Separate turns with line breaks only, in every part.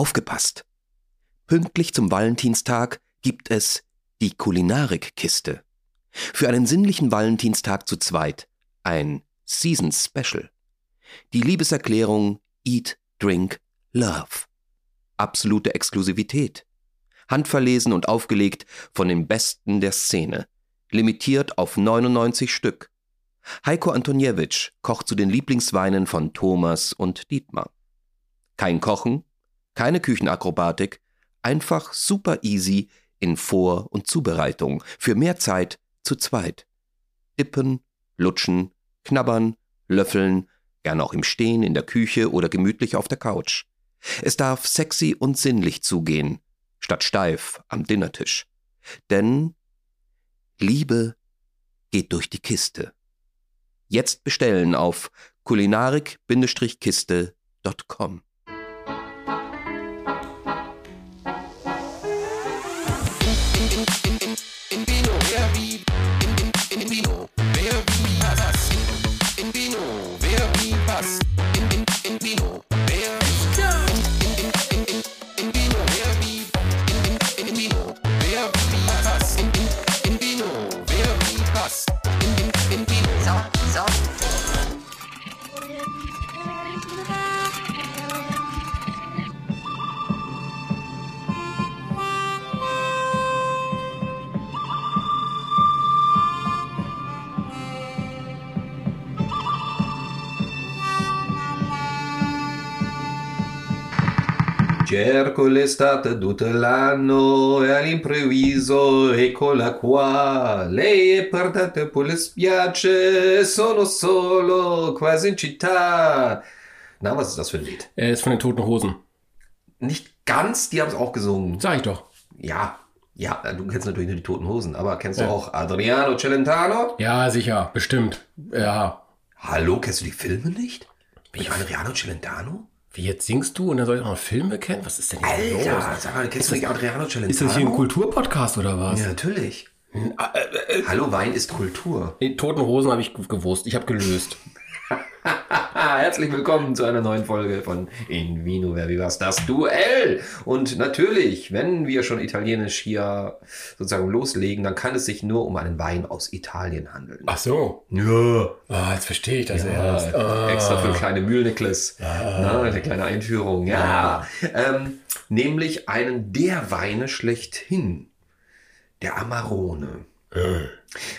Aufgepasst! Pünktlich zum Valentinstag gibt es die Kulinarik-Kiste. Für einen sinnlichen Valentinstag zu zweit ein Season Special. Die Liebeserklärung Eat, Drink, Love. Absolute Exklusivität. Handverlesen und aufgelegt von den Besten der Szene. Limitiert auf 99 Stück. Heiko Antoniewicz kocht zu den Lieblingsweinen von Thomas und Dietmar. Kein Kochen, keine Küchenakrobatik, einfach super easy in Vor- und Zubereitung für mehr Zeit zu zweit. Dippen, lutschen, knabbern, löffeln, gern auch im Stehen, in der Küche oder gemütlich auf der Couch. Es darf sexy und sinnlich zugehen, statt steif am Dinnertisch. Denn Liebe geht durch die Kiste. Jetzt bestellen auf kulinarik-kiste.com.
So, so.
Cerco l'estate tutto l'anno e all'improvviso eccola qua. Lei è partita per e le spiagge, sono solo, quasi in città. Na, was ist das für ein Lied?
Er ist von den toten Hosen.
Nicht ganz, die haben es auch gesungen.
Sag ich doch.
Ja, ja, du kennst natürlich nur die Toten Hosen, aber kennst
Ja.
du auch Adriano Celentano?
Ja, sicher, bestimmt. Ja.
Hallo, kennst du die Filme nicht? Bin ich Adriano Celentano?
Wie jetzt singst du und dann soll ich auch noch Filme kennen? Was ist denn hier
Alter,
los?
sag mal, kennst du nicht Adriano Celentano?
Ist das hier Hm, äh, ein Kulturpodcast oder was?
Ja, natürlich. Hallo, Wein ist Kultur.
Die toten Hosen habe ich gew- gewusst. Ich habe gelöst.
Ah, herzlich willkommen zu einer neuen Folge von In Vino Verbi Was das Duell. Und natürlich, wenn wir schon italienisch hier sozusagen loslegen, dann kann es sich nur um einen Wein aus Italien handeln.
Ach so.
ja.
Ah, jetzt verstehe ich Ah. das erst.
Ah,
Ah.
Extra für kleine Mühlnickles. Na, eine kleine Einführung. Ja. Ähm, nämlich einen der Weine schlechthin. Der Amarone.
Äh.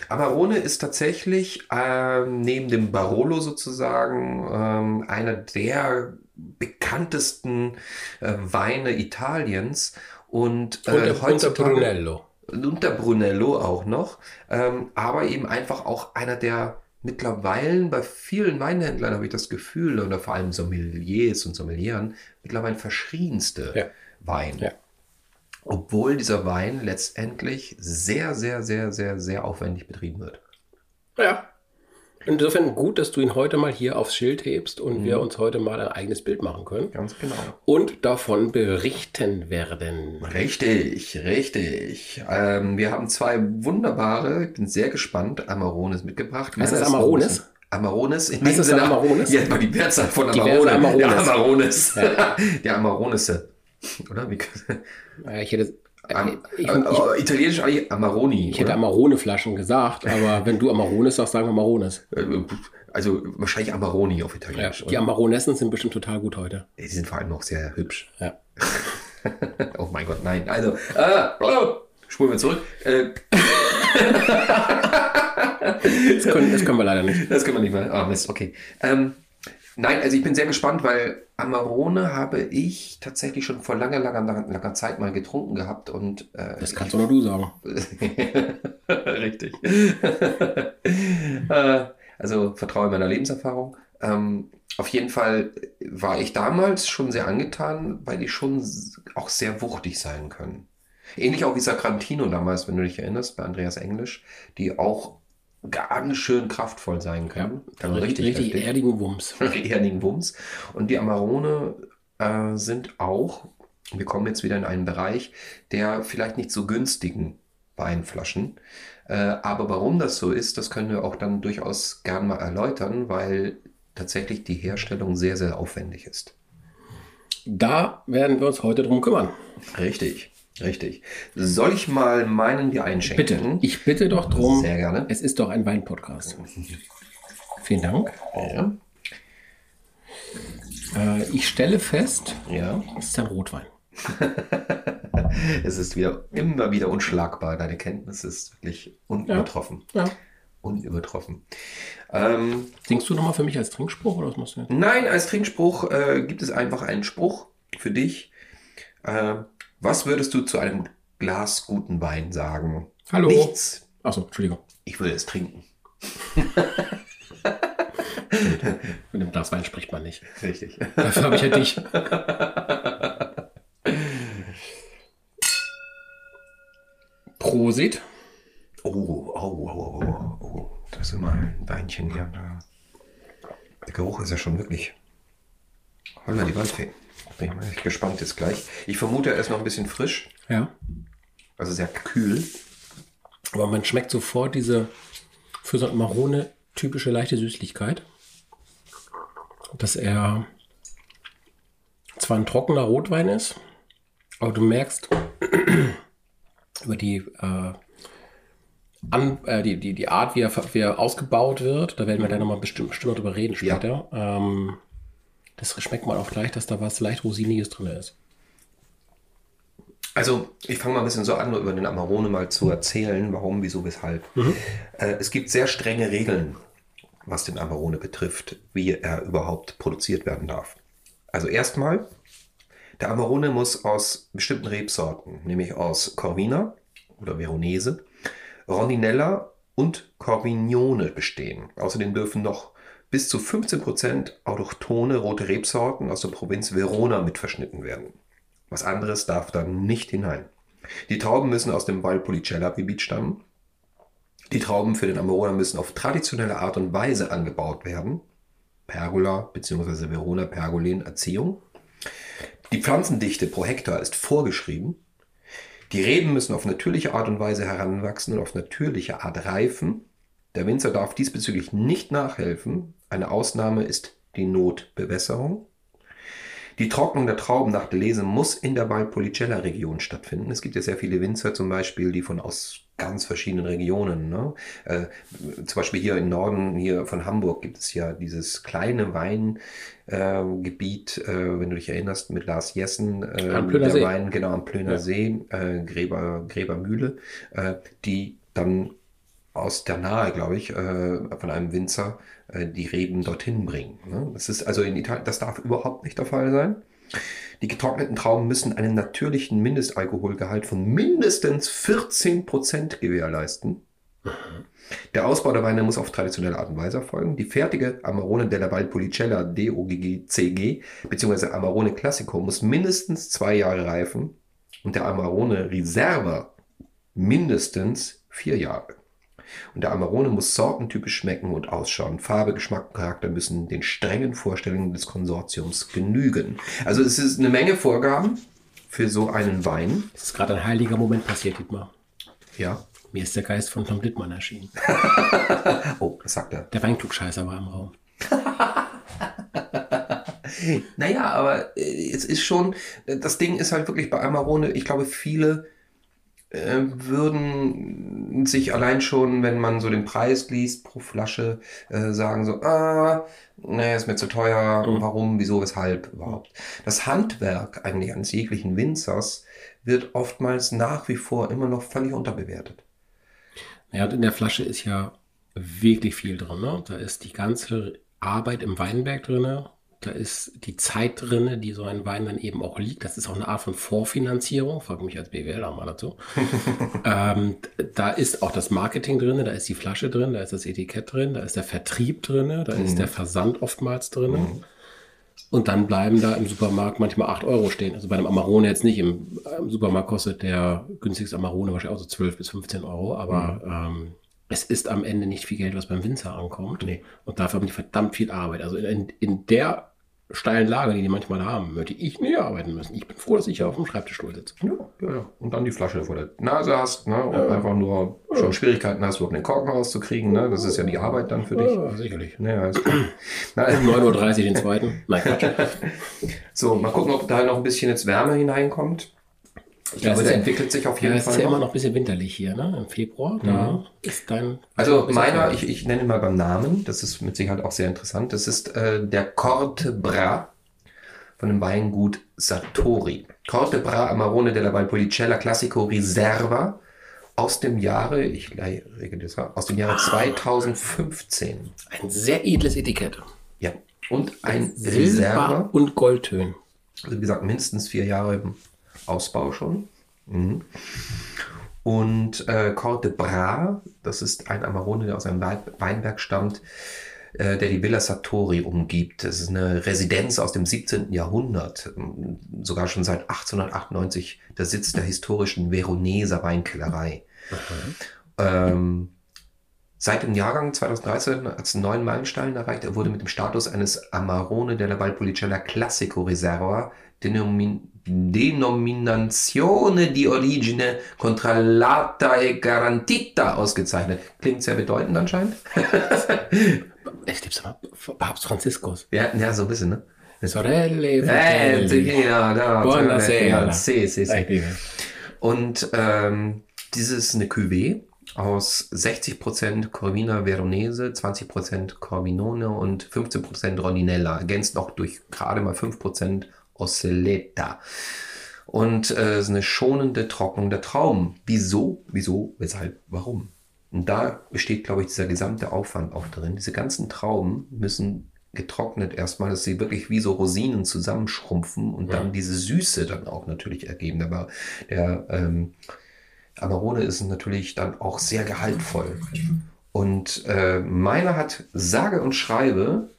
Amarone ist tatsächlich ähm, neben dem Barolo sozusagen ähm, einer der bekanntesten äh, Weine Italiens. Und, äh,
Und der Punta
heutzutage-
Brunello.
und der Brunello auch noch, ähm, aber eben einfach auch einer der mittlerweile bei vielen Weinhändlern habe ich das Gefühl, oder vor allem Sommeliers und Sommelieren, mittlerweile verschiedenste
Ja.
Wein.
Ja.
Obwohl dieser Wein letztendlich sehr, sehr, sehr, sehr, sehr aufwendig betrieben wird.
Ja. Insofern gut, dass du ihn heute mal hier aufs Schild hebst und wir uns heute mal ein eigenes Bild machen können
Ganz genau.
und davon berichten werden.
Richtig, richtig. Ähm, wir haben zwei wunderbare, ich bin sehr gespannt, Amarones mitgebracht.
Heißt das
Einer ist
Amarones?
Amarones, in
Heißt
dem
das
Sinne,
Amarones?
Ja, mal die Mehrzahl von
Die
Amarone.
Mehrzahl
Der
Amarones.
Amarones. Der Amaronese. Oder? Wie,
Äh, Ich hätte,
am,
ich, ich,
äh, äh, italienisch eigentlich Amaroni.
ich hätte
oder?
Amarone-Flaschen gesagt, aber wenn du Amarones sagst, sagen wir Amarones.
Äh, also wahrscheinlich Amaroni auf
Ja,
Italienisch.
die
oder?
Amaronessen sind bestimmt total gut heute.
Die sind vor allem auch sehr hübsch.
Ja.
oh mein Gott, nein. Also, äh, spulen wir zurück. Äh,
Das können, das können wir leider nicht.
Das können wir nicht mehr. Ah, Mist, okay. Ähm, nein, also ich bin sehr gespannt, weil Amarone habe ich tatsächlich schon vor langer, langer, langer, langer Zeit mal getrunken gehabt und äh,
Das kannst doch nur du sagen.
Richtig. äh, also vertraue meiner Lebenserfahrung. Ähm, auf jeden Fall war ich damals schon sehr angetan, weil die schon s- auch sehr wuchtig sein können. Ähnlich auch wie Sacrantino damals, wenn du dich erinnerst, bei Andreas Englisch, die auch ganz schön kraftvoll sein können.
Also richtig, richtig
heftig.
erdigen Wumms.
Erdigen Wumms. Und die Amarone äh, sind auch, wir kommen jetzt wieder in einen Bereich der vielleicht nicht so günstigen Weinflaschen. Äh, aber warum das so ist, das können wir auch dann durchaus gern mal erläutern, weil tatsächlich die Herstellung sehr, sehr aufwendig ist.
Da werden wir uns heute drum kümmern.
Richtig, richtig. Soll ich mal meinen dir einschenken?
Bitte, ich bitte doch drum.
Mhm. Sehr gerne.
Es ist doch ein Wein-Podcast. Vielen Dank.
Ja.
Äh, ich stelle fest,
ja.
es ist ein Rotwein.
Es ist wieder immer wieder unschlagbar. Deine Kenntnis ist wirklich unübertroffen.
Ja.
Unübertroffen. Ähm,
Singst du nochmal für mich als Trinkspruch oder was machst du jetzt?
nein, als Trinkspruch äh, gibt es einfach einen Spruch für dich. Äh, was würdest du zu einem Glas guten Wein sagen?
Hallo.
Nichts.
Achso, Entschuldigung.
Ich würde es trinken.
Mit dem Glas Wein spricht man nicht.
Richtig.
Dafür habe ich halt ja dich. Prosit.
Oh, oh, oh, oh, oh, oh. Das ist immer ein Weinchen hier. Da- Der Geruch ist ja schon wirklich. Holla, die Waldfee. Bin ich mal echt gespannt jetzt gleich. Ich vermute, er ist noch ein bisschen frisch,
Ja.
also sehr kühl.
Aber man schmeckt sofort diese für St. Marone typische leichte Süßlichkeit. Dass er zwar ein trockener Rotwein ist, aber du merkst über die, äh, an, äh, die, die, die Art, wie er, ver- wie er ausgebaut wird, da werden wir dann nochmal bestimmt, bestimmt noch drüber reden später. Ähm, das schmeckt man auch gleich, dass da was leicht Rosiniges drin ist.
Also, ich fange mal ein bisschen so an, nur über den Amarone mal zu erzählen, warum, wieso, weshalb. Äh, es gibt sehr strenge Regeln, was den Amarone betrifft, wie er überhaupt produziert werden darf. Also erstmal, der Amarone muss aus bestimmten Rebsorten, nämlich aus Corvina oder Veronese, Rondinella und Corvignone bestehen. Außerdem dürfen noch bis zu 15% autochtone rote Rebsorten aus der Provinz Verona mitverschnitten werden. Was anderes darf da nicht hinein. Die Trauben müssen aus dem Valpolicella-Gebiet stammen. Die Trauben für den Amarone müssen auf traditionelle Art und Weise angebaut werden. Pergola bzw. Verona Pergolin Erziehung. Die Pflanzendichte pro Hektar ist vorgeschrieben. Die Reben müssen auf natürliche Art und Weise heranwachsen und auf natürliche Art reifen. Der Winzer darf diesbezüglich nicht nachhelfen. Eine Ausnahme ist die Notbewässerung. Die Trocknung der Trauben nach Deleuze muss in der Valpolicella-Region stattfinden. Es gibt ja sehr viele Winzer zum Beispiel, die von aus ganz verschiedenen Regionen, ne? äh, zum Beispiel hier im Norden, hier von Hamburg gibt es ja dieses kleine Weingebiet, äh, Gebiet, äh, wenn du dich erinnerst, mit Lars Jessen, äh,
Am Plöner
der
See.
Wein, genau, am Plöner
Ja.
See, äh, Gräber, Gräbermühle, äh, die dann aus der Nahe, glaube ich, äh, von einem Winzer äh, die Reben dorthin bringen. Ne? Das ist also in Italien, das darf überhaupt nicht der Fall sein. Die getrockneten Trauben müssen einen natürlichen Mindestalkoholgehalt von mindestens 14% gewährleisten. Der Ausbau der Weine muss auf traditionelle Art und Weise erfolgen. Die fertige Amarone della Valpolicella DOGGCG bzw. Amarone Classico muss mindestens zwei Jahre reifen und der Amarone Reserva mindestens vier Jahre. Und der Amarone muss sortentypisch schmecken und ausschauen. Farbe, Geschmack und Charakter müssen den strengen Vorstellungen des Konsortiums genügen. Also es ist eine Menge Vorgaben für so einen Wein.
Es ist gerade ein heiliger Moment passiert, Dietmar.
Ja.
Mir ist der Geist von Tom Dittmann erschienen.
Oh, das sagt er.
Der Weinklugscheißer war im Raum.
Naja, aber äh, es ist schon, äh, das Ding ist halt wirklich bei Amarone, ich glaube, viele äh, würden sich allein schon, wenn man so den Preis liest pro Flasche, äh, sagen so, ah, nee, ist mir zu teuer,
Mhm.
warum, wieso, weshalb überhaupt. Das Handwerk eigentlich eines jeglichen Winzers wird oftmals nach wie vor immer noch völlig unterbewertet.
Ja, und in der Flasche ist ja wirklich viel drin. Ne? Da ist die ganze Arbeit im Weinberg drin. Da ist die Zeit drin, die so ein Wein dann eben auch liegt. Das ist auch eine Art von Vorfinanzierung. Frag mich als BWLer mal dazu. ähm, da ist auch das Marketing drin, da ist die Flasche drin, da ist das Etikett drin, da ist der Vertrieb drin, da ist der Versand oftmals drin. Und dann bleiben da im Supermarkt manchmal 8 Euro stehen. Also bei einem Amarone jetzt nicht. Im, äh, im Supermarkt kostet der günstigste Amarone wahrscheinlich auch so 12 bis 15 Euro. Aber
Mhm.
ähm, es ist am Ende nicht viel Geld, was beim Winzer ankommt.
Nee.
Und dafür haben die verdammt viel Arbeit. Also in, in der steilen Lage, die die manchmal haben, würde ich näher arbeiten müssen. Ich bin froh, dass ich hier auf dem Schreibtischstuhl sitze.
Ja, ja, ja. Und dann die Flasche vor der Nase hast, ne? Und einfach nur schon Schwierigkeiten hast, überhaupt den Korken rauszukriegen, ne? Das ist ja die Arbeit dann für dich.
Ja, sicherlich.
Naja, ist klar. Na, also,
Um 9.30 Uhr den zweiten. Nein, Quatsch.
so, mal gucken, ob da noch ein bisschen jetzt Wärme hineinkommt. Ich
Ja, es
glaube,
ist
der
ja-
entwickelt sich auf
Ja,
jeden
es ist
Fall.
ja
noch.
immer noch ein bisschen winterlich hier, ne? Im Februar.
Mhm.
Da ist dein.
Also
ist
meiner,
dein-
ich, ich nenne ihn mal beim Namen, das ist mit Sicherheit auch sehr interessant. Das ist äh, der Corte Bra von dem Weingut Satori. Corte Bra Amarone della Valpolicella Classico Riserva aus dem Jahre, ich gleich regel das mal, aus dem
Ah.
Jahre 2015.
Ein sehr edles Etikett.
Ja. Und ein Reserva,
Silber und Goldtönen.
also wie gesagt, mindestens vier Jahre im Ausbau schon. Mhm. Und äh, Corte Bra, das ist ein Amarone, der aus einem Wei- Weinberg stammt, äh, der die Villa Sartori umgibt. Das ist eine Residenz aus dem 17. Jahrhundert, ähm, sogar schon seit 1898 der Sitz der historischen Veroneser Weinkellerei. Ähm, seit dem Jahrgang 2013 hat es einen neuen Meilenstein erreicht. Er wurde mit dem Status eines Amarone della Valpolicella Classico Reserva Denomin Denominazione di origine contrallata e garantita ausgezeichnet. Klingt sehr bedeutend anscheinend.
Ich lieb's aber. Papst Franziskus.
Ja, ja, so ein bisschen, ne?
Sorelle.
Äh,
Fratelli.
ja, da,
Buonasera.
Sí, sí, sí.
Ich liebe es.
Und ähm, dieses ist eine Cuvée aus 60% Corvina Veronese, 20% Corvinone und 15% Roninella, ergänzt noch durch gerade mal 5% Osselletta. Und äh, ist eine schonende Trocknung der Trauben. Wieso, wieso, weshalb, warum? Und da besteht, glaube ich, dieser gesamte Aufwand auch drin. Diese ganzen Trauben müssen getrocknet erstmal, dass sie wirklich wie so Rosinen zusammenschrumpfen und
Ja.
dann diese Süße dann auch natürlich ergeben. Aber der ähm, Amarone ist natürlich dann auch sehr gehaltvoll. Und äh, meiner hat sage und schreibe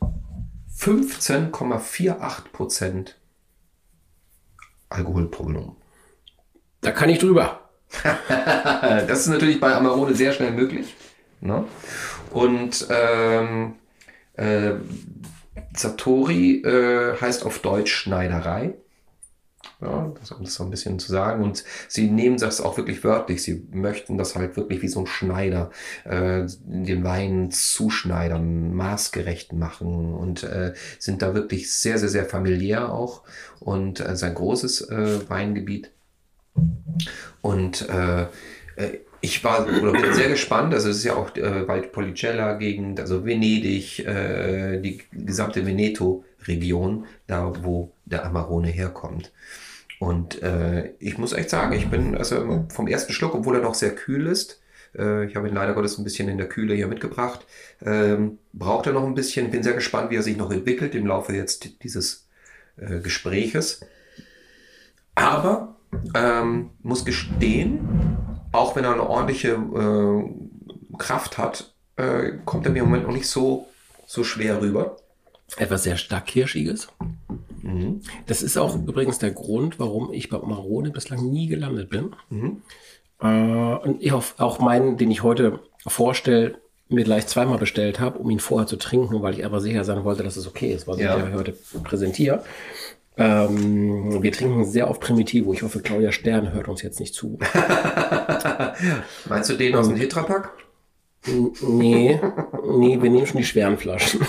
15,48% Alkoholproblem.
Da kann ich drüber.
Äh, Das ist natürlich bei Amarone sehr schnell möglich. Ne? Und ähm, äh, Satori äh, heißt auf Deutsch Schneiderei. Ja, das, um das so ein bisschen zu sagen. Und sie nehmen das auch wirklich wörtlich. Sie möchten das halt wirklich wie so ein Schneider äh, den Wein zuschneidern, maßgerecht machen und äh, sind da wirklich sehr, sehr, sehr familiär auch. Und äh, sein großes äh, Weingebiet. Und äh, äh, ich war oder bin sehr gespannt. Also es ist ja auch äh, bald Policella-Gegend, also Venedig, äh, die gesamte Veneto-Region, da wo der Amarone herkommt. Und äh, ich muss echt sagen, ich bin also vom ersten Schluck, obwohl er noch sehr kühl ist, äh, ich habe ihn leider Gottes ein bisschen in der Kühle hier mitgebracht, ähm, braucht er noch ein bisschen. Bin sehr gespannt, wie er sich noch entwickelt im Laufe jetzt dieses äh, Gespräches. Aber ähm, muss gestehen, auch wenn er eine ordentliche äh, Kraft hat, äh, kommt er mir im Moment noch nicht so, so schwer rüber.
Etwas sehr stark Kirschiges.
Mhm.
Das ist auch übrigens der Grund, warum ich bei Marone bislang nie gelandet bin.
Mhm.
Äh, und ich auf, auch meinen, den ich heute vorstelle, mir gleich zweimal bestellt habe, um ihn vorher zu trinken, weil ich aber sicher sein wollte, dass es okay ist, was
Ja.
ich dir heute präsentiere. Ähm, wir trinken sehr oft Primitivo. Ich hoffe, Claudia Stern hört uns jetzt nicht zu.
Meinst du den aus dem Tetrapack?
N- Nee, nee, wir nehmen schon die schweren Flaschen.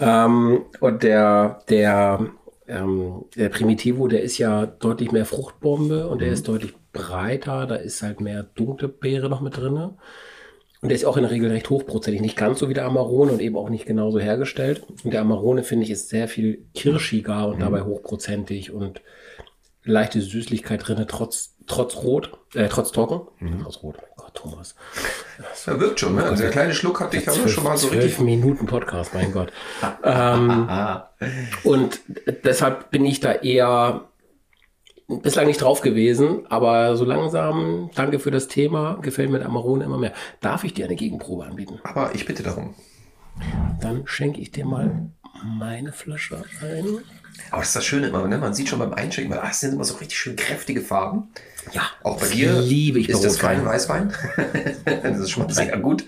ähm, und der, der, ähm, der Primitivo, der ist ja deutlich mehr Fruchtbombe und der ist deutlich breiter. Da ist halt mehr dunkle Beere noch mit drin. Und der ist auch in der Regel recht hochprozentig. Nicht ganz so wie der Amarone und eben auch nicht genauso hergestellt. Und der Amarone, finde ich, ist sehr viel kirschiger und dabei hochprozentig und leichte Süßlichkeit drinne trotz, trotz Rot, äh, trotz Trocken. Trotz Rot, mein Gott, Thomas.
Er wirkt schon, ne? Also der kleine Schluck hatte ich aber
Zwölf-
schon mal so
zwölf
richtig. Ah,
Minuten Podcast, mein Gott. ähm, und deshalb bin ich da eher bislang nicht drauf gewesen, aber so langsam, danke für das Thema, gefällt mir der Amarone immer mehr. Darf ich dir eine Gegenprobe anbieten?
Aber ich bitte darum.
Dann schenke ich dir mal meine Flasche ein.
Aber das ist das Schöne immer, ne? Man sieht schon beim Einschenken, weil, ach, das sind immer so richtig schön kräftige Farben.
Ja,
Auch bei
das
dir
liebe ich
Ist das
Rotwein.
kein Weißwein? das ist schon mal sehr gut.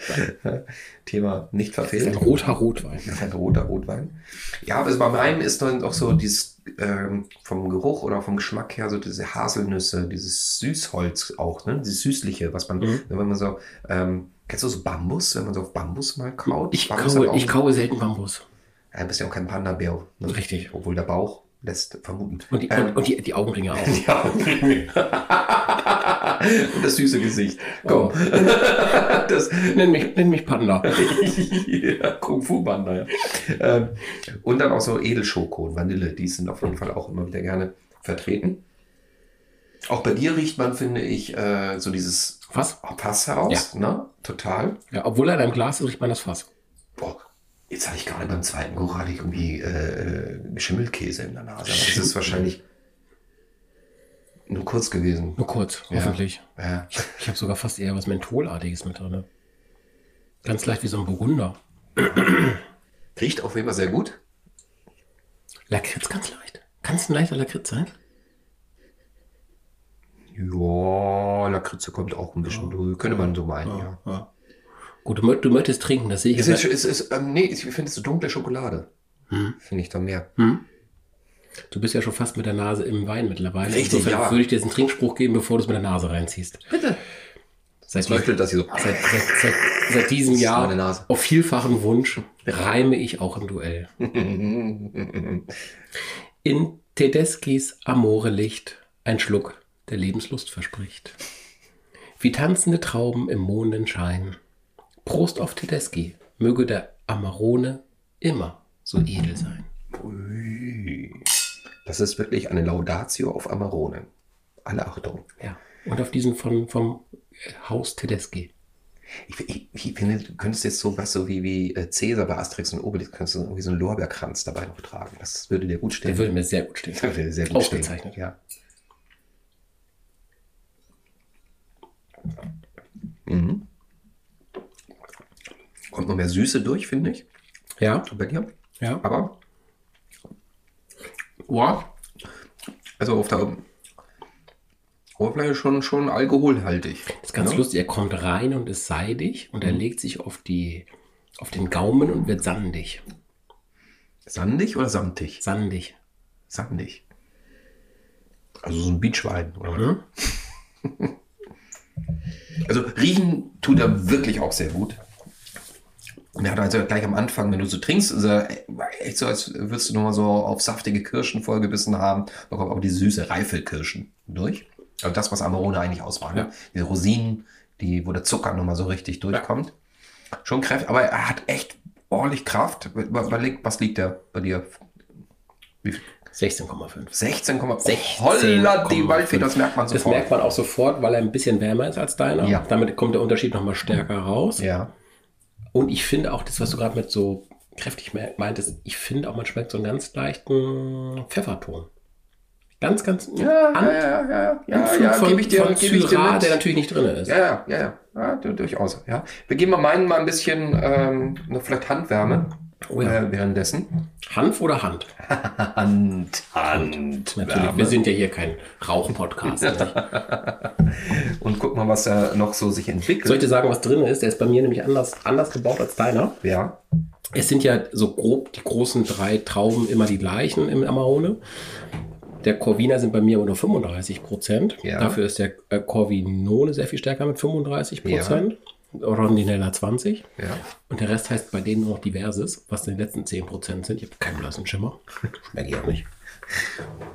Thema nicht
Ein
verfehlt.
roter Rotwein.
Ein roter Rotwein. Ja, aber bei meinem ist dann auch so dieses ähm, vom Geruch oder vom Geschmack her so diese Haselnüsse, dieses Süßholz auch, ne? Dieses Süßliche, was man,
Mhm.
wenn man so, ähm, kennst du so Bambus, wenn man so auf Bambus mal kaut?
Ich
Bambus hat
kaue,
auch
ich
so-
kaue selten Bambus.
Ja, du bist ja auch kein Panda-Bär. Ne?
Richtig.
Obwohl der Bauch lässt vermuten.
Und die,
Ähm,
und, und die, die Augenringe auch.
ja, und das süße Gesicht. Komm.
Oh.
Das,
Nenn mich, nenn mich Panda.
ja, Kung Fu Panda, ja. Ähm, und dann auch so Edelschoko und Vanille, die sind auf jeden Fall auch immer wieder gerne vertreten. Auch bei dir riecht man, finde ich, äh, so dieses
Was?
Fass heraus, ne? Total.
Ja, obwohl er in einem Glas ist, riecht man das Fass.
Boah, jetzt hatte ich gerade beim zweiten Geruch hatte ich irgendwie äh, Schimmelkäse in der Nase. Aber das ist wahrscheinlich nur kurz gewesen.
Nur kurz,
Ja.
hoffentlich.
Ja.
Ich habe sogar fast eher was Mentholartiges mit drin. Ganz leicht wie so ein Burgunder.
Riecht auf jeden Fall sehr gut.
Lakritz ganz leicht. Kann es ein leichter Lakritz sein?
Ja, Lakritze kommt auch ein bisschen durch. Könnte man so meinen, ja.
ja. Gut, du, mö- du möchtest trinken, das sehe ich.
Es
aber-
ist, es ist, ähm, nee, ich finde es so dunkle Schokolade.
Hm.
Finde ich da mehr.
Hm? Du bist ja schon fast mit der Nase im Wein mittlerweile.
Richtig,
Insofern
ja.
würde ich dir jetzt einen Trinkspruch geben, bevor du es mit der Nase reinziehst.
Bitte.
Seit,
Ich möchte, dass sie so.
seit, seit, seit, seit diesem
Das ist
Jahr
meine Nase.
auf vielfachen Wunsch reime ich auch im Duell. In Tedeskis Amorelicht ein Schluck, der Lebenslust verspricht. Wie tanzende Trauben im Mondenschein. Prost auf Tedeschi, möge der Amarone immer so edel sein.
Das ist wirklich eine Laudatio auf Amarone. Alle Achtung.
Ja. Und auf diesen von, vom Haus Tedeschi.
Ich, ich, ich finde, du könntest jetzt so was so wie, wie äh, Cäsar bei Asterix und Obelix, könntest du irgendwie so einen Lorbeerkranz dabei noch tragen. Das würde dir gut stehen.
Der würde mir sehr gut stehen.
Das würde dir sehr gut stehen.
Ausgezeichnet.
Ja. Mhm. Kommt noch mehr Süße durch, finde ich,
Ja,
bei dir.
ja.
Aber,
Wow.
also auf der Oberfläche schon, schon alkoholhaltig.
Das ist ganz
Ja?
lustig. Er kommt rein und ist seidig und er legt sich auf, die, auf den Gaumen und wird sandig.
Sandig oder samtig?
Sandig.
Sandig. Also so ein Beachwein, oder? was?
Hm?
Also riechen tut er wirklich auch sehr gut. Mir hat also gleich am Anfang, wenn du so trinkst, ist er echt so, als würdest du nochmal so auf saftige Kirschen vollgebissen haben. Da kommt aber die süße, reife Kirschen durch. Also das, was Amarone eigentlich ausmacht. Ne?
Ja.
Diese Rosinen, die, wo der Zucker nochmal so richtig durchkommt. Schon kräftig, aber er hat echt ordentlich Kraft. Was was liegt, was liegt der bei dir?
16,5.
16,5.
16,5.
Oh, Holla, die Waldfee, das merkt man
Das
sofort.
merkt man auch sofort, weil er ein bisschen wärmer ist als deiner.
Ja. Mhm.
Damit kommt der Unterschied nochmal stärker raus.
Ja.
Und ich finde auch das, was du gerade mit so kräftig mer- meintest, ich finde auch, man schmeckt so einen ganz leichten Pfefferton. Ganz, ganz.
Ja,
An-
ja, ja, ja, ja,
Anflug
ja,
von,
gebe ich dir,
von
gebe ich dir
Syrah,
mit.
der natürlich nicht drin ist.
Ja, ja, ja, ja, ja du- durchaus. Ja. Wir geben mal meinen mal ein bisschen ähm, noch vielleicht Handwärme
Oh ja.
äh, währenddessen.
Hanf oder Hand?
Hand, Hand.
Natürlich. Wir sind ja hier kein Rauchpodcast. nicht?
Und guck mal, was da noch so sich entwickelt.
Soll ich dir sagen, was drin ist? Der ist bei mir nämlich anders, anders gebaut als deiner.
ja.
Es sind ja so grob die großen drei Trauben immer die gleichen im Amarone. Der Corvina sind bei mir nur 35 Prozent.
Ja.
Dafür ist der äh, Corvinone sehr viel stärker mit 35 Prozent. Rondinella 20.
ja.
Und der Rest heißt bei denen nur noch Diverses, was die letzten 10 Prozent sind. Ich habe keinen blassen Schimmer. Schmecke ich auch nicht.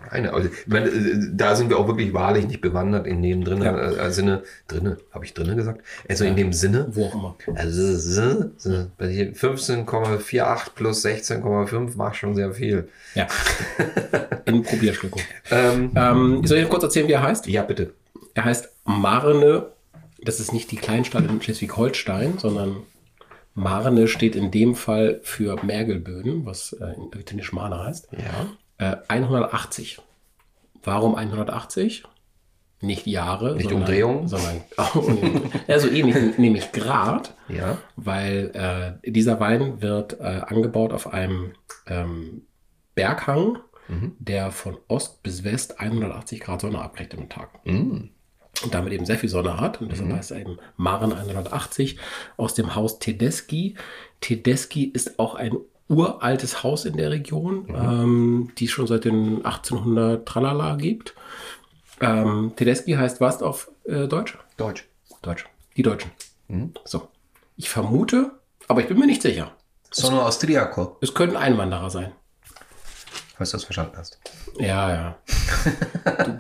Eine, also, ich meine, äh, da sind wir auch wirklich wahrlich nicht bewandert in dem drinne,
Ja.
äh, Sinne, drinne, habe ich drinne gesagt? Also in dem Sinne,
Wo auch immer.
Also s- s- s- bei dir 15,48 plus 16,5 macht schon sehr viel.
Ja. In Probierschluckung.
Ähm,
Ähm, soll ich kurz erzählen, wie er heißt?
ja, bitte.
Er heißt Marne. Das ist nicht die Kleinstadt in Schleswig-Holstein, sondern Marne steht in dem Fall für Mergelböden, was äh, in Italienisch Äh, Marne heißt.
Ja.
Äh, 180. Warum 180? Nicht Jahre.
Nicht
sondern,
Umdrehungen?
Sondern, oh, ja, so ähnlich, nämlich Grad,
Ja.
weil äh, dieser Wein wird äh, angebaut auf einem ähm, Berghang,
Mhm.
der von Ost bis West 180 Grad Sonne abkriegt im Tag.
Mm.
und damit eben sehr viel Sonne hat. Und deshalb
Mhm.
heißt er eben Maren 180 aus dem Haus Tedeschi. Tedeschi ist auch ein uraltes Haus in der Region, ähm, die es schon seit den 1800 Tralala gibt. Ähm, Tedeschi heißt was auf äh, Deutsch?
Deutsch.
Deutsch. Die Deutschen.
Mhm.
So. Ich vermute, aber ich bin mir nicht sicher.
Sono Austriaco,
Es könnten Einwanderer sein.
falls du das verstanden hast.
Ja, ja.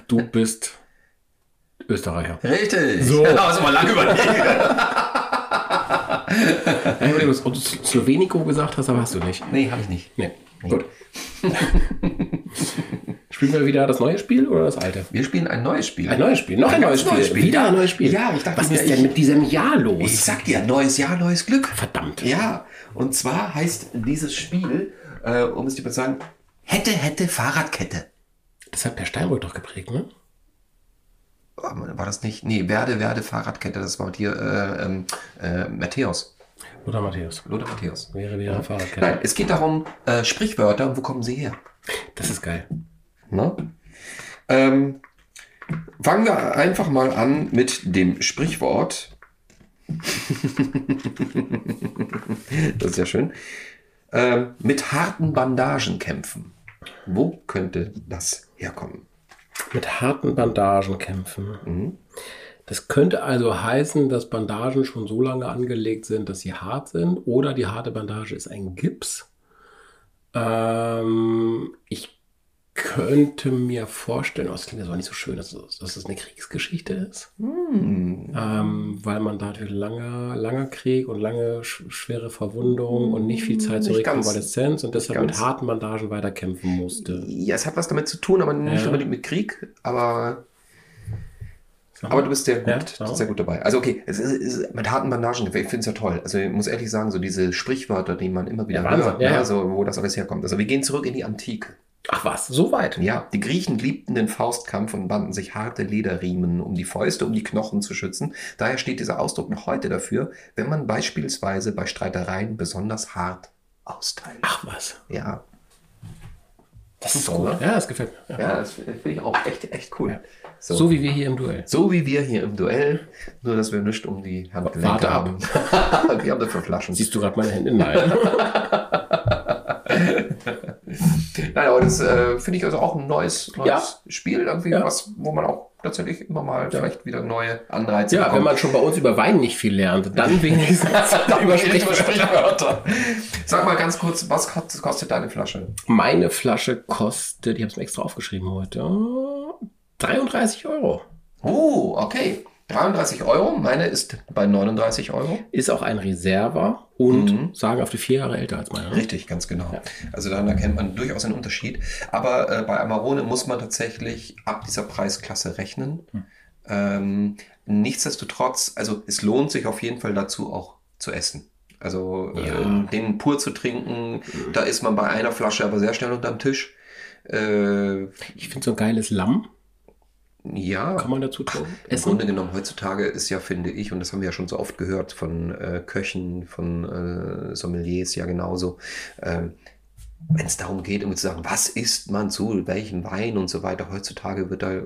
Du, du bist Österreicher.
Richtig.
So.
hast du mal lange überlegt.
Ich überlege, ob du Slowenico gesagt hast, aber hast du nicht.
nee, habe ich nicht.
Nee, gut. Spielen wir wieder das neue Spiel oder das alte?
Wir spielen ein neues Spiel.
Ein neues Spiel, noch ein, neues, Spiel. Wieder ein neues Spiel.
Ja, ich dachte,
Was ist
ich-
denn mit diesem Jahr los?
Ich sag dir, neues Jahr, neues Glück.
Verdammt.
Ja, und zwar heißt dieses Spiel, äh, um es dir mal zu sagen, hätte, hätte, Fahrradkette.
Das hat Per Steinbrück doch geprägt, ne?
War das nicht? Nee, Werde, Werde, Fahrradkette, das war hier äh, ähm, äh, Matthäus.
Oder Matthäus.
Lothar Matthäus.
Wäre wieder eine Fahrradkette.
Nein, es geht darum, äh, Sprichwörter und wo kommen sie her?
Das ist geil.
Ne? Ähm, fangen wir einfach mal an mit dem Sprichwort. das ist ja schön. Ähm, mit harten Bandagen kämpfen. Wo könnte das herkommen?
Mit harten Bandagen kämpfen.
Mhm.
Das könnte also heißen, dass Bandagen schon so lange angelegt sind, dass sie hart sind. Oder die harte Bandage ist ein Gips. Ähm, ich könnte mir vorstellen, oh, das klingt jetzt aber nicht so schön, dass, es- dass es eine Kriegsgeschichte ist.
Hm.
Ähm, weil man da natürlich langer, langer Krieg und lange sch schwere Verwundungen und nicht viel Zeit zur
Nicht ganz.
Rekonvaleszenz und deshalb
Nicht
mit
ganz.
harten Bandagen weiterkämpfen musste.
Ja, es hat was damit zu tun, aber nicht
Ja.
unbedingt mit Krieg. Aber, aber du bist sehr gut,
Ja,
du
warum?
bist sehr gut dabei. Also okay, es ist, es ist mit harten Bandagen, ich finde es ja toll. Also ich muss ehrlich sagen, so diese Sprichwörter, die man immer wieder
Ja, Wahnsinn,
hört,
ja,
ne,
ja.
so, wo das alles herkommt. Also wir gehen zurück in die Antike.
Ach was, so weit.
Ja, die Griechen liebten den Faustkampf und banden sich harte Lederriemen um die Fäuste, um die Knochen zu schützen. Daher steht dieser Ausdruck noch heute dafür, wenn man beispielsweise bei Streitereien besonders hart austeilt.
Ach was.
Ja,
Das ist
Super,
gut. Ja, das gefällt mir. Ja.
ja das finde ich auch echt, echt cool.
So. wie wir hier im Duell.
So wie wir hier im Duell, nur dass wir nichts um die Hand gelenkt
Warte
haben. wir haben dafür Flaschen.
Siehst du gerade meine Hände? Nein.
Nein, aber das äh, finde ich also auch ein neues, neues
Ja.
Spiel, irgendwie
Ja.
was, wo man auch tatsächlich immer mal vielleicht wieder neue Anreize
ja, wenn
bekommt.
man schon bei uns über Wein nicht viel lernt, dann wenigstens über Sprichwörter.
Sprichwörter. Sag mal ganz kurz, was kostet, kostet deine Flasche?
Meine Flasche kostet, ich habe es mir extra aufgeschrieben heute, 33 Euro.
Oh, okay. 33 Euro, meine ist bei 39 Euro.
Ist auch ein Reserva und
Mhm.
sagen auf die vier Jahre älter als meine.
Richtig, ganz genau. Also daran erkennt man durchaus einen Unterschied. Aber äh, bei Amarone muss man tatsächlich ab dieser Preisklasse rechnen. Ähm, nichtsdestotrotz, also es lohnt sich auf jeden Fall dazu auch zu essen. Also
Ja.
ähm, den pur zu trinken, da ist man bei einer Flasche aber sehr schnell unterm Tisch. Äh,
Ich finde so ein geiles Lamm,
ja,
kann man dazu trinken.
Im Grunde genommen, heutzutage ist ja, finde ich, und das haben wir ja schon so oft gehört von äh, Köchen, von äh, Sommeliers ja genauso, ähm, wenn es darum geht, irgendwie zu sagen, was isst man zu, welchen Wein und so weiter, heutzutage wird da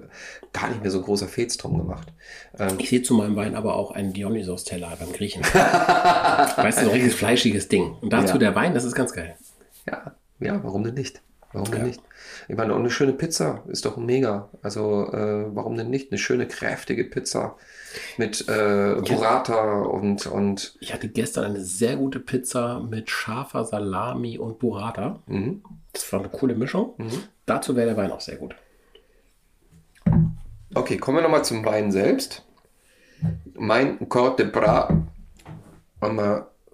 gar nicht mehr so ein großer Fetz drum gemacht. Ähm,
Ich sehe zu meinem Wein aber auch einen Dionysos-Teller beim Griechen. weißt du, so ein richtiges fleischiges Ding. Und dazu
Ja.
der Wein, das ist ganz geil.
ja, ja, warum denn nicht? Warum denn
Ja.
nicht? Ich meine, und eine schöne Pizza ist doch mega. Also, äh, warum denn nicht? Eine schöne, kräftige Pizza mit äh, Burrata und, und
Ich hatte gestern eine sehr gute Pizza mit scharfer Salami und Burrata.
mhm.
Das war eine coole Mischung.
Mhm.
Dazu wäre der Wein auch sehr gut.
Okay, kommen wir nochmal zum Wein selbst. Mein Corte Bra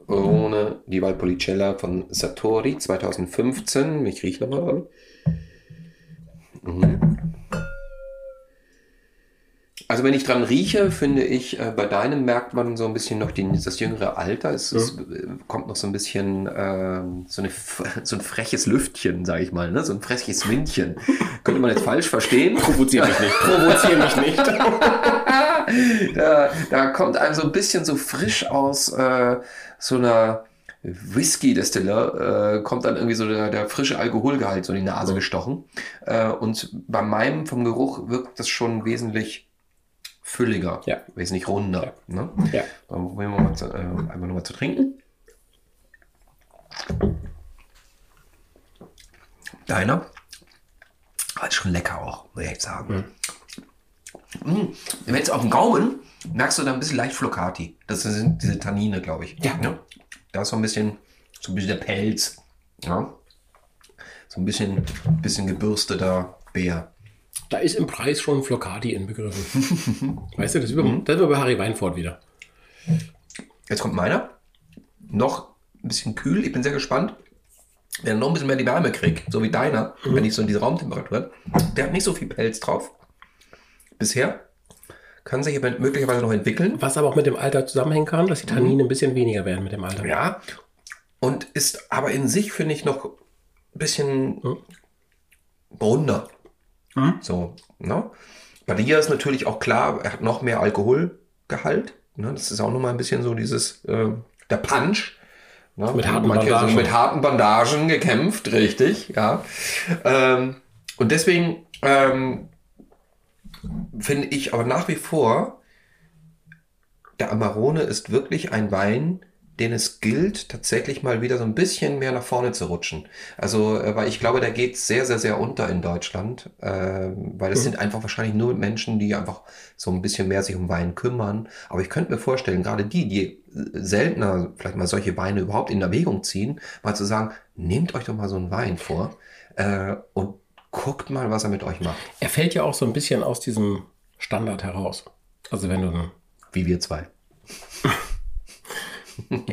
Amarone di Valpolicella von Satori 2015. Ich rieche nochmal dran. Mhm. Also wenn ich dran rieche, finde ich, äh, bei deinem merkt man so ein bisschen noch die, das jüngere Alter. Es, es äh, kommt noch so ein bisschen ähm, so, eine, f- so ein freches Lüftchen, sage ich mal, ne? so ein freches Windchen. Könnte man jetzt falsch verstehen.
Provoziere mich nicht. Provoziere mich nicht.
da, da kommt einem so ein bisschen so frisch aus äh, so einer Whisky-Destille, äh, kommt dann irgendwie so der, der frische Alkoholgehalt so in die Nase gestochen. Äh, und bei meinem vom Geruch wirkt das schon wesentlich fülliger,
Ja.
wesentlich runder. Ne?
Ja.
Dann probieren wir mal zu, äh, einmal nochmal zu trinken. Deiner? Aber Ist schon lecker auch, muss ich echt sagen. Mm. Wenn es auf dem Gaumen, merkst du da ein bisschen leicht Flocati. Das sind diese Tannine, glaube ich. Ja. Ne? Da ist so ein bisschen, so ein bisschen der Pelz. Ja? So ein bisschen, bisschen gebürsteter Bär.
Da ist im Preis schon Flocati inbegriffen. weißt du, das ist, über, das ist über Harry Weinfurt wieder.
Jetzt kommt meiner. Noch ein bisschen kühl. Ich bin sehr gespannt. Wenn er noch ein bisschen mehr die Wärme kriegt, so wie deiner, wenn ich so in diese Raumtemperatur habe. Der hat nicht so viel Pelz drauf. Bisher. Kann sich aber möglicherweise noch entwickeln.
Was aber auch mit dem Alter zusammenhängen kann, dass die Tannine ein bisschen weniger werden mit dem Alter.
Ja. Und ist aber in sich, finde ich, noch ein bisschen
Mhm.
runder. So, ne? Bei dir ist natürlich auch klar, er hat noch mehr Alkoholgehalt. Ne? Das ist auch nochmal ein bisschen so dieses, äh, der Punch. Ne?
Mit harten
Manche
Bandagen.
sind mit harten Bandagen gekämpft, richtig, ja. Ähm, und deswegen ähm, finde ich aber nach wie vor, der Amarone ist wirklich ein Wein, den es gilt, tatsächlich mal wieder so ein bisschen mehr nach vorne zu rutschen. Also, äh, weil ich glaube, der geht sehr, sehr, sehr unter in Deutschland, äh, weil es sind einfach wahrscheinlich nur Menschen, die einfach so ein bisschen mehr sich um Wein kümmern. Aber ich könnte mir vorstellen, gerade die, die seltener vielleicht mal solche Weine überhaupt in Erwägung ziehen, mal zu sagen, nehmt euch doch mal so einen Wein vor äh, und guckt mal, was er mit euch macht.
Er fällt ja auch so ein bisschen aus diesem Standard heraus. Also wenn du
Wie wir zwei.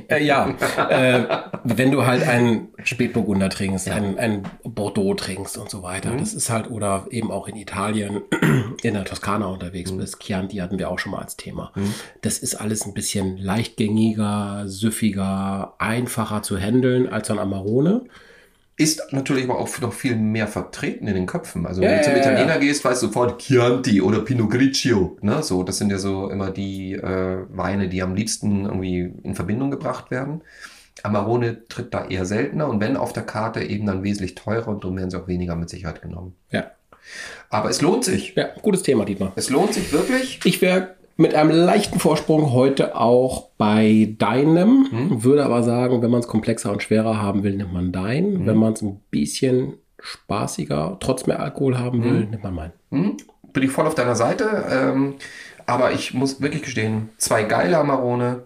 Äh, ja, äh, wenn du halt einen Spätburgunder trinkst, einen, einen Bordeaux trinkst und so weiter. Das ist halt, oder eben auch in Italien, in der Toskana unterwegs bist. Chianti hatten wir auch schon mal als Thema. Das ist alles ein bisschen leichtgängiger, süffiger, einfacher zu handeln als so ein Amarone.
ist natürlich aber auch noch viel mehr vertreten in den Köpfen. Also wenn
Ja,
du zum
ja, ja,
Italiener gehst, weißt du sofort Chianti oder Pinot Grigio. Ne? So, das sind ja so immer die äh, Weine, die am liebsten irgendwie in Verbindung gebracht werden. Amarone tritt da eher seltener und wenn auf der Karte eben dann wesentlich teurer und darum werden sie auch weniger mit Sicherheit genommen.
Ja,
Aber es lohnt sich.
ja gutes Thema, Dietmar.
Es lohnt sich wirklich.
Ich wäre mit einem leichten Vorsprung heute auch bei deinem, würde aber sagen, wenn man es komplexer und schwerer haben will, nimmt man dein. Wenn man es ein bisschen spaßiger, trotz mehr Alkohol haben will, nimmt man meinen.
Hm? Bin ich voll auf deiner Seite. Ähm, aber ich muss wirklich gestehen, zwei geile Amarone.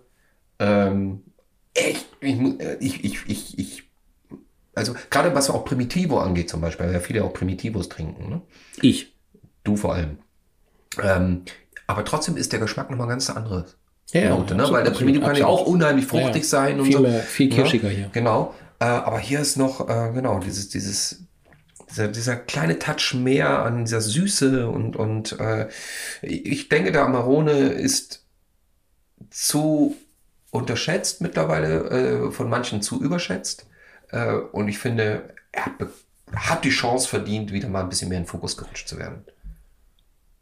Ähm, echt, ich, mu- äh, ich, ich, ich, ich, also gerade was auch Primitivo angeht zum Beispiel, weil ja viele auch Primitivos trinken, ne?
Ich.
Du vor allem. Ähm, aber trotzdem ist der Geschmack nochmal ganz andere
Ja, ja,
Note, ne?
absolut,
Weil der Primitivo kann ja
absolut.
auch unheimlich fruchtig
Ja, ja.
sein und
viel,
so.
mehr, viel
Ja,
kirschiger hier.
Genau. Äh, aber hier ist noch, äh, genau, dieses, dieses, dieser, dieser kleine Touch mehr an dieser Süße und, und äh, ich denke, der Amarone ist zu unterschätzt mittlerweile, äh, von manchen zu überschätzt. Äh, und ich finde, er hat, be- hat die Chance verdient, wieder mal ein bisschen mehr in den Fokus gerutscht zu werden.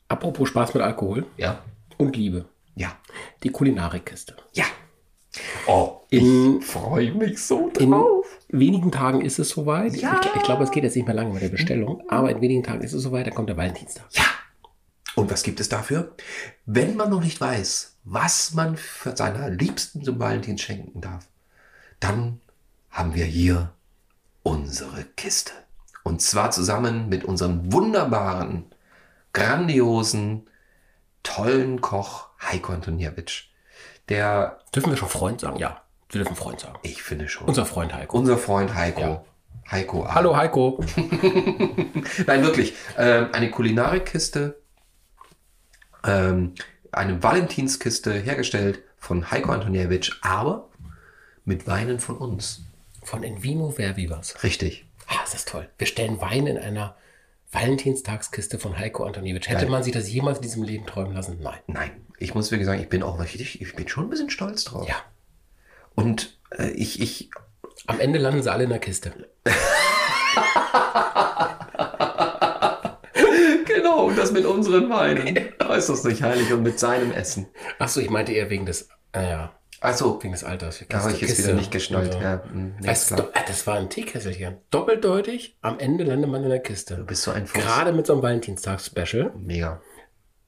Apropos Spaß mit Alkohol
Ja.
und Liebe.
Ja.
Die Kulinarikkiste.
Ja. Oh,
In-
ich freue mich so
In
drauf.
wenigen Tagen ist es soweit.
Ja.
Ich, ich glaube, es geht jetzt nicht mehr lange mit der Bestellung, aber in wenigen Tagen ist es soweit, dann kommt der Valentinstag.
Ja. Und was gibt es dafür? Wenn man noch nicht weiß, was man für seiner Liebsten zum Valentin schenken darf, dann haben wir hier unsere Kiste. Und zwar zusammen mit unserem wunderbaren, grandiosen, tollen Koch Heiko Antoniewicz. Der,
Dürfen wir schon Freund sagen? Ja, wir dürfen Freund sagen.
ich finde schon,
Unser Freund Heiko.
unser Freund Heiko.
Ja.
Heiko A.
Hallo Heiko.
Nein, wirklich. Ähm, eine Kulinarikkiste, ähm, eine Valentinskiste hergestellt von Heiko Antoniewicz, aber mit Weinen von uns.
Von Invino Vervivas.
Richtig.
Ah, ist das toll. Wir stellen Wein in einer Valentinstagskiste von Heiko Antoniewicz. Hätte
Geil.
man sich das jemals in diesem Leben träumen lassen? Nein.
Nein, ich muss wirklich sagen, ich bin auch richtig, ich bin schon ein bisschen stolz drauf.
Ja.
Und äh, ich, ich,
Am Ende landen sie alle in der Kiste.
genau, und das mit unseren Weinen. Ist das nicht heilig und mit seinem Essen.
Achso, ich meinte eher wegen des, naja,
Achso,
wegen des Alters. Kiste,
da habe ich jetzt
Kiste.
wieder nicht geschnallt.
Und, äh,
Ja, mh, nee,
es,
klar.
do- ah, das war ein Teekesselchen. Doppeldeutig, am Ende landet man in der Kiste.
Du bist so ein Fuchs.
Gerade mit so einem Valentinstags-Special.
Mega.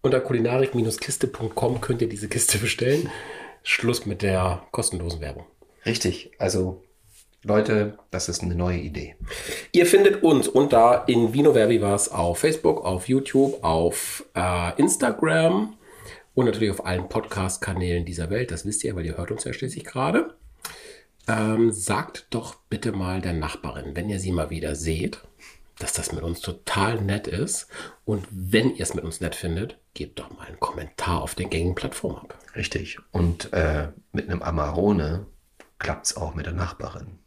Unter kulinarik-kiste.com könnt ihr diese Kiste bestellen. Schluss mit der kostenlosen Werbung.
Richtig. Also, Leute, das ist eine neue Idee.
Ihr findet uns unter in Vino Verbivas auf Facebook, auf YouTube, auf äh, Instagram und natürlich auf allen Podcast-Kanälen dieser Welt. Das wisst ihr, weil ihr hört uns ja schließlich gerade. Ähm, sagt doch bitte mal der Nachbarin, wenn ihr sie mal wieder seht, dass das mit uns total nett ist. Und wenn ihr es mit uns nett findet, gebt doch mal einen Kommentar auf den gängigen Plattformen ab.
Richtig. Und äh, mit einem Amarone klappt es auch mit der Nachbarin.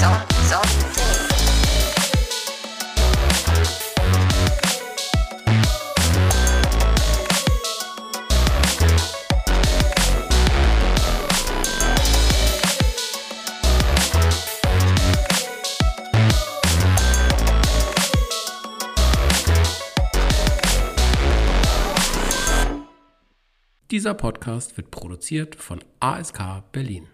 sau, sau,
Dieser Podcast wird produziert von ASK Berlin.